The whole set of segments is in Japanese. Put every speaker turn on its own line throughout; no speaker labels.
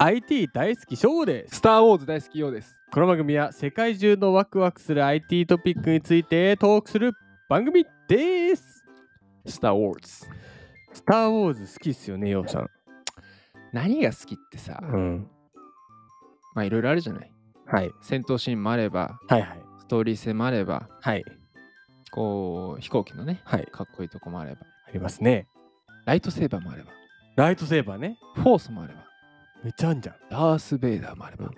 IT 大好きショウです
スター・ウォーズ大好きようです。
この番組は世界中のワクワクする IT トピックについてトークする番組です
スター・ウォーズ。
スター・ウォーズ好きっすよねようさん
何が好きってさ、
ん
まあいろいろあるじゃない。
はい
戦闘シーンもあれば、
はいはい
ストーリー性もあれば、
はい
こう飛行機のね、
はい
かっこいいとこもあれば、
ありますね
ライトセーバーもあれば、
ライトセーバーね
フォースもあれば、
めっちゃあんじゃん
ダース・ベイダーもあれば。
うん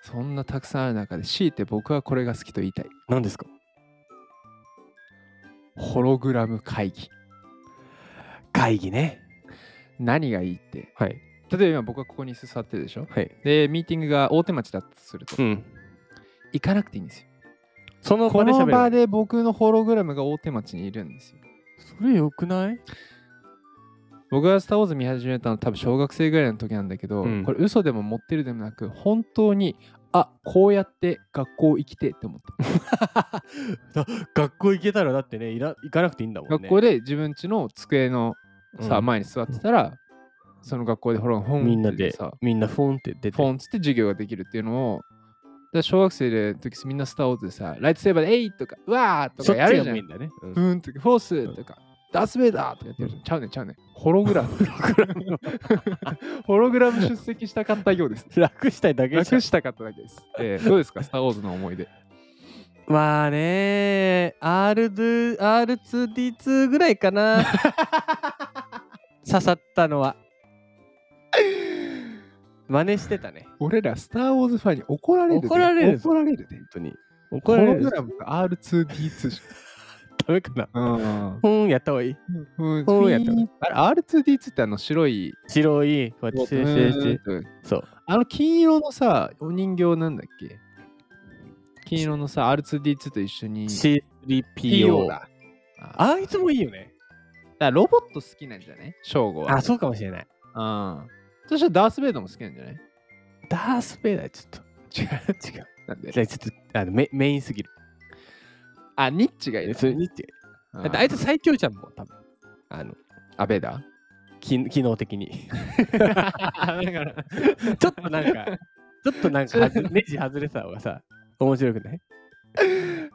そんなたくさんある中で、強いて僕はこれが好きと言いたい。
何ですか
ホログラム会議。
会議ね
何がいいって。
はい
例えば今僕はここに座ってるでしょ。
はい
で、ミーティングが大手町だとすると、
ん
行かなくていいんですよ。
その
こ
場で
の
喋
場
る
で僕のホログラムが大手町にいるんですよ。
それよくない
僕が「スター・ウォーズ」見始めたの多分小学生ぐらいの時なんだけど、
うん
これ嘘でも持ってるでもなく本当にあこうやって学校行きてえって思った、
だ学校行けたらだってねいら行かなくていいんだもんね
学校で自分家の机のさ、
うん
前に座ってたらその学校でほら本
みんなで
さ
みんなフォンって出て
ポンっつって授業ができるっていうのをで小学生で時みんな「スター・ウォーズ」でさライトセーバーで「えい!」とか「うわー!」と
そ
か
っち
やる
が
じゃ
メイ
ん
ンだね、うん
ブーンとか「フォース!」とか「ダース・ベイダー!」とかやってるじゃんちゃうねんちゃうねんホログラム ホログラム出席したかったようです
楽したいだけじゃ
楽
ん
したかっただけです。えーどうですか、スター・ウォーズの思い出。
まあね R2 R2D2 ぐらいか な刺さったのは真似してたね
俺ら、スター・ウォーズファンに怒ら
れるで
怒られる。
怒
られるで
本。当に
ホ
怒られ
ロ
る
グラムと R2D2 じ
ダメかな
ゃん。うん。
ふーんやった方がいい
うん、
こうやって
あれ R2D2 ってあの白い。
白いこうやってシュシュシュシュ
うん
そう
あの金色のさ、お人形なんだっけ金色のさ、R2D2 と一緒に。
C3PO だ
だ。あ
あいつもいいよね
だからロボット好きなんじゃない正吾は。
あそうかもしれない
うん。そしたらダース・ベイダーも好きなんじゃない
ダース・ベイダーちょっ
違う。
と違う
なんで
じゃあちょっとあのメメインすぎる
あ、ニッチがいる。
それにって
うん
だってあいつ最強じゃんもう多分あの
あ、ベイダー
機機能的に
だから
ちょっとなんか、ちょっとなん かはず、ネジ外れてた方がさ、面白くない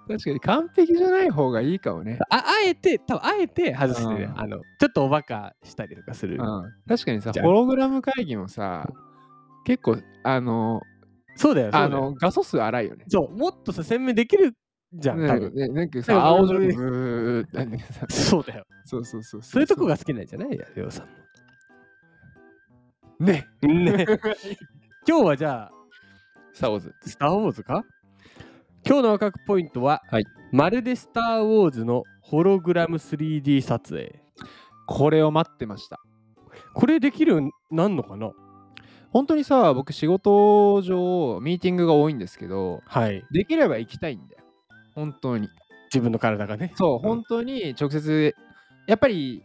確かに完璧じゃない方がいいかもね。
ああえて、多分あえて外してる、
うん
あの、ちょっとおバカしたりとかする。
うん、確かにさ、
じゃ
ホ
あ
ログラム会議もさ、結構、あの、
そうだよ、そうだよ
あの画素数荒いよね。
そう、もっとさ、鮮明できるじゃん、多
なんか
分。
ねなんか
なん
さ、
か
青
ブ
白
ルー
いブーってなんかさ
そうだよ。
そうそうそう。
そういうとこが好きなんじゃないよ、うさ
ね。
ん。 ね。今日はじゃあ、
スター・ウォーズ。
スター・ウォーズか今日のワクワクポイントは、
はい
まるでスター・ウォーズのホログラム 3D 撮影。
これを待ってました。
これできるようになんのかな
本当にさ、僕仕事上、ミーティングが多いんですけど、
はい。
できれば行きたいんだよ。本当に。
自分の体がね。
そ
ん
う、本当に直接、やっぱり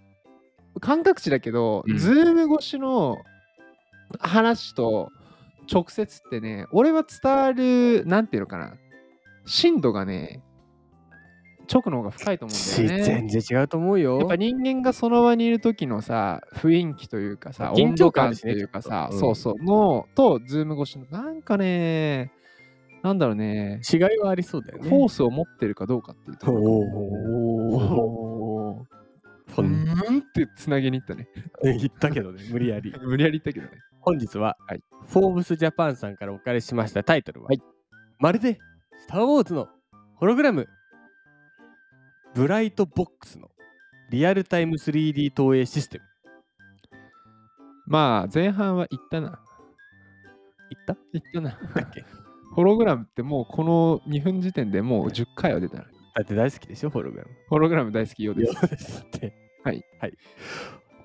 感覚値だけど、
うん
ズーム越しの話と直接ってね、俺は伝わる、なんていうのかな、深度がね、直の方が深いと思うんだよね。
全然違うと思うよ。
やっぱ人間がその場にいる時のさ雰囲気というかさ
緊張感
温度というかさ、
ですねち
そ
ょっと
うそうのとズーム越しのなんかねなんだろうね
違いはありそうだよね。
フォースを持ってるかどうかっていうところお
ほん
うんってつなげに行ったね。
言ったけど ね、無理やり。
無理やり言ったけどね。
本日は、
はい
フォーブスジャパンさんからお借りしましたタイトルは、
はい
まるでスター・ウォーズのホログラム、ブライトボックスのリアルタイム 3D 投影システム。
まあ、前半は言ったな。
言った
言ったな。
だっけ
ホログラムってもうこの2分時点でもう10回は出たな。
だって大好きでしょ、ホログラム。
ホログラム大好きようです。
ですって。
はい。
はい、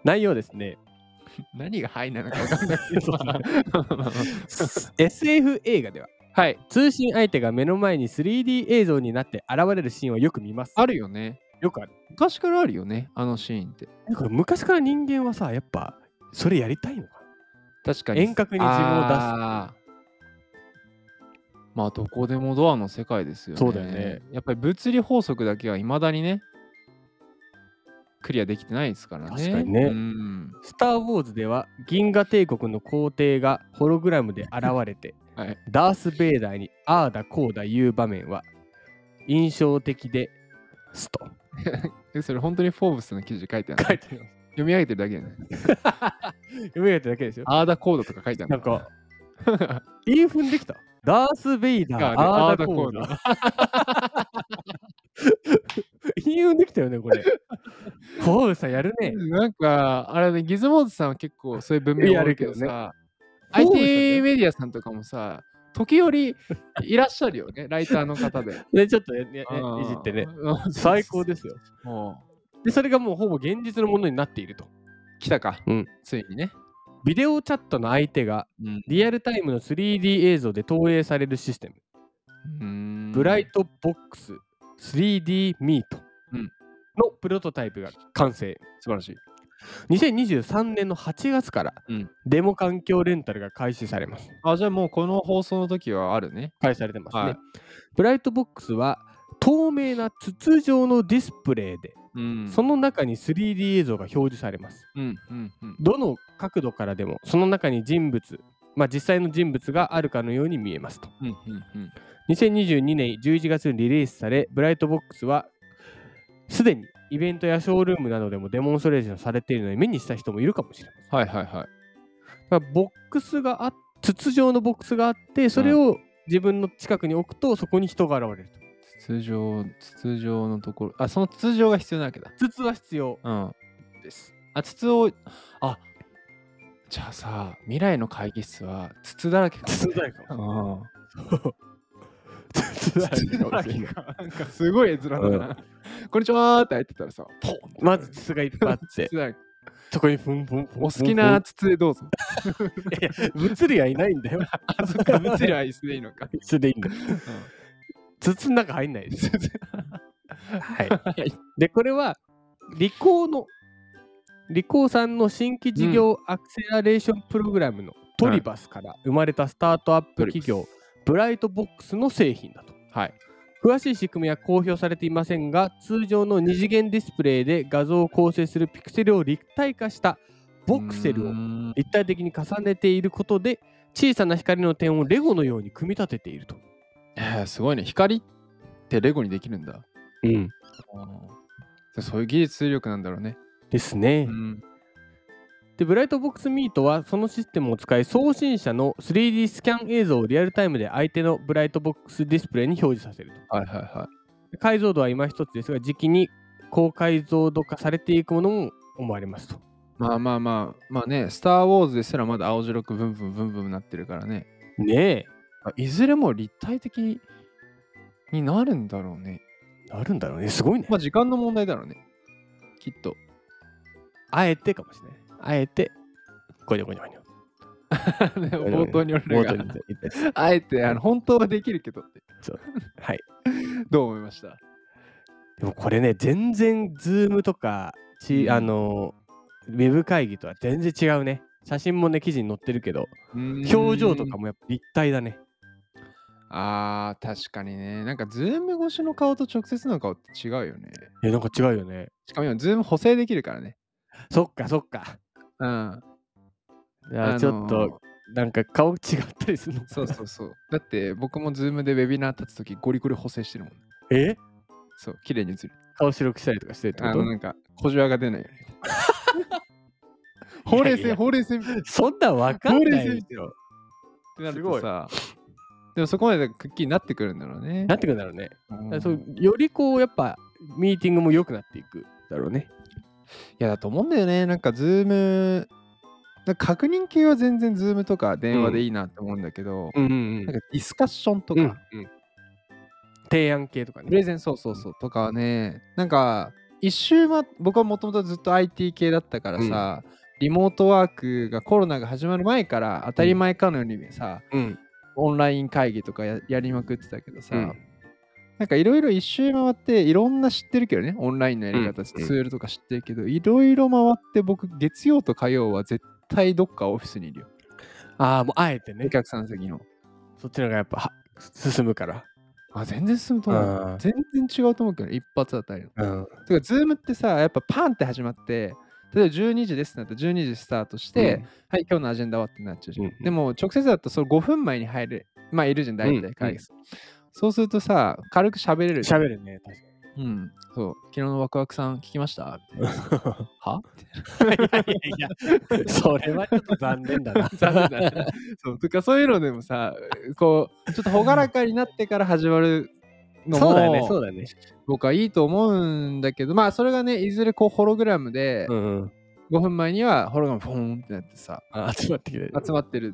内容ですね、
何がはいなのか 分かんないけ
そうだ
ど。
SF 映画では、
はい。
通信相手が目の前に 3D 映像になって現れるシーンはよく見ます。
あるよね。
よくある。
昔からあるよね、あのシーンって。
なんか昔から人間はさ、やっぱそれやりたいのか
確か
な
に。
遠隔に自分を出す。
あーまあ、どこでもドアの世界ですよね。
そうだよね。
やっぱり物理法則だけはいまだにね、クリアできてないですからね。
確かにね
うん
スター・ウォーズでは銀河帝国の皇帝がホログラムで現れて、
はい
ダース・ベイダーにああだこうだ言う場面は印象的ですと
えそれ本当にフォーブスの記事書いてあ る
書いてます。
読み上げてるだけやね
読み上げただけですよ。
アーダコードとか書いてある
なんか、インフンできた。ダース・ベイダー、
がね
アー
ア
ダ
ーダ
コ
コ
ー
ー
ダ
ダ。
インフンできたよね、これ。ホールさんやるね。
なんかあれねギズモードさんは結構そういう文明あるけど
やるけど
さ
フォーブスだね
IT メディアさんとかもさ時折いらっしゃるよ ねライターの方で
ね、ちょっとやや
うん
いじってね。
うん
最高ですよ。
も
で、それがもうほぼ現実のものになっていると。
う来たか、
うん
ついにね、
ビデオチャットの相手が
うん
リアルタイムの 3D 映像で投影されるシステム、ブライトボックス 3D ミート
うん
のプロトタイプが完成。
素晴らしい
2023年の8月から
うん
デモ環境レンタルが開始されます。
あじゃあもうこの放送の時はあるね
開始されてますね。
はい
ブライトボックスは透明な筒状のディスプレイで、
うん
その中に 3D 映像が表示されます。
うんうんうん
どの角度からでもその中に人物、まあ、実際の人物があるかのように見えますと。
うんうんうん
2022年11月にリリースされ、ブライトボックスはすでにイベントやショールームなどでもデモンストレーションされているので目にした人もいるかもしれません。
はいはいはい
まあボックスがあ筒状のボックスがあってそれを自分の近くに置くとそこに人が現れる
筒状筒状のところあその筒状が必要なわけだ
と筒は必要
うん
です
あ、筒を、あ、じゃあさ、未来の会議室は筒だらけか。
筒だらけか
うん
筒
筒だらけか。なんかすごい絵面だな。こんにちはーって入ってたらさ、ポンって
まず 筒がいっぱいあって
筒だらけ
そこにふんふんふんふんふん
お好きない筒でどうぞ。
やいや物理はいないんだ よ
あ、そっか、物理は椅子でいいのか。
筒でいいんだよ
うん
筒の中入んないです
筒
はいでこれはリコーのリコーさんの新規事業アクセラレーションプログラムのトリバスから生まれたスタートアップ企業ブライトボックスの製品だと
はい。
詳しい仕組みは公表されていませんが通常の二次元ディスプレイで画像を構成するピクセルを立体化したボクセル
う
を
ーん
立体的に重ねていることで小さな光の点をレゴのように組み立てていると、
えーすごいね。光ってレゴにできるんだ。そういう技術力なんだろうね。
ですね、
ん。
でブライトボックスミートはそのシステムを使い送信者の 3D スキャン映像をリアルタイムで相手のブライトボックスディスプレイに表示させると
はいはいは
解像度は今一つですが時期に高解像度化されていくものも思われますと
い。まあまあまあ、まあね、スター・ウォーズですらまだ青白くブンブンブンブンなってるからね。
ね
あいずれも立体的になるんだろうね。
えなるんだろうねすごいね
まあ時間の問題だろうね。きっ と。
あえてかもしれない。あえて、ごにょごにょごにょ。
冒頭に俺
冒
ら
頭に
が
言ったやつ
あえてあの本当はできるけどって。
はい。
どう思いました
でもこれね、全然、ズームとか、ち
うん
あのー、ウェブ会議とは全然違うね。写真もね、記事に載ってるけど、表情とか
も。
もやっぱ立体だね。
あー、確かにね。なんかズーム越しの顔と直接の顔って違うよね。
え、なんか違うよね。
しかも今、ズーム補正できるからね。
そっか、そっか。
うん。
いや
のー
ちょっと、なんか顔違ったりするの
そうそうそう。 だって僕もズームでウェビナー立つときゴリゴリ補正してるもん。
え
そう、綺麗に映る。
顔白くしたりとかしてるって
あ
こ
の
と
なんか、小じわが出ないよね。 ほうれい
いやいや
線、ほうれい線みたい
そんなんわかんない
ほうれい線
よ。
ってなる
すご
と
い
さでもそこまでくっきりになってくるんだろうね。
なってくるんだろうね。
う
だ
ん
からそうよりこう、やっぱ、ミーティングも良くなっていくだろうね。
いやだと思うんだよね。なんかズームなんか確認系は全然ズームとか電話でいいなって思うんだけど、
うんうん
なんかディスカッションと
と
か、
か、提案系とか
プレ
ね。
ゼンそうそうそうとかはねなんか一周ま僕はもともとずっと IT 系だったからさ、リモートワークがコロナが始まる前から当たり前かのようにさ、
うん、
オンライン会議とかややりまくってたけどさ、
うん
なんかいろいろ一周回っていろんな知ってるけどねオンラインのやり
う
方、
ん
ツールとか知ってるけどいろいろ回って僕月曜と火曜は絶対どっかオフィスにいるよ
ああ、もうあえて
お
ね、
客さん席の
そっちの方がやっぱは進むから。
あ全然進むと思
うん
う全然違うと思うけどね一発当たりの
うん、
てかズームってさやっぱパンって始まって例えば12時ですってなったら12時スタートして、はい、今日のアジェンダはってなっちゃうじゃん。
うんうん
でも、直接だとその5分前に入る、まあ、いるじゃん、大
うんう
体
ん
会議室、そうするとさ、軽く喋れるじゃん。
喋るね、
うん、そう、昨日のワクワクさん聞き ましたみたいな
確かに。
は
いやいや、 それはちょっと 残念だな。
残念だね。そう、とかそういうのでもさ、こう、ちょっと朗らかになってから始まるのも、
そうだね、そうだね。
僕はいいと思うんだけど、まあ、それがね、いずれこう、ホログラムで、
うんうん。
5分前にはホログラムフォーンってなってさ、
あ 集まってきて。
集まってる。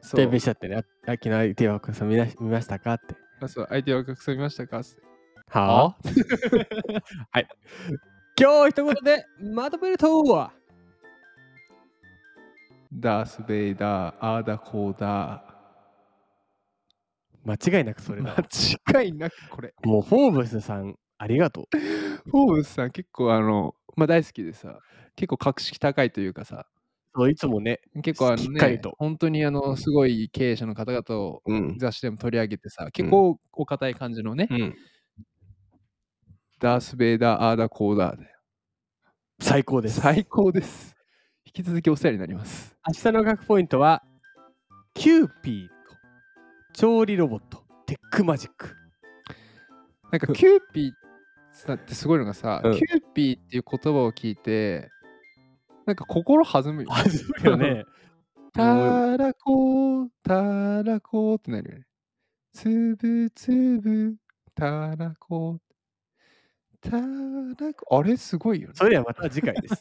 そ
で、
う
見、ちゃってね。あ昨日、ティワークさん見な見ましたかって。
あそう相手ワクワクさん見ましたか
はあはい。今日一言でまとめるとは
ダース・ベイダー、アーダ・コーダ
間違いなくそ
ー。
れだ。
間違いなくこれ。
もうフォーブスさん、ありがとう。
フォーブスさん結構あの、まあ大好きでさ、結構格式高いというかさ、
そういつもね、
結構あの
しっかり
ね
と、
本当にあの、すごい経営者の方々を
うん。
雑誌でも取り上げてさ、結構お堅い感じのね、ダース・ベイダー、アーダ・コーダーで。
最高です。
最高です。 引き続きお世話になります。
明日の学ポイントは、キューピーと調理ロボット、テックマジック。
なんかキューピーってすごいのがさ、
うん
キューピーっていう言葉を聞いて、なんか心弾むよ。
そうよね。
たらこ、たらこってなるよね。つぶつぶ、たらこ。たらこ。あれすごいよね。
それではまた次回です。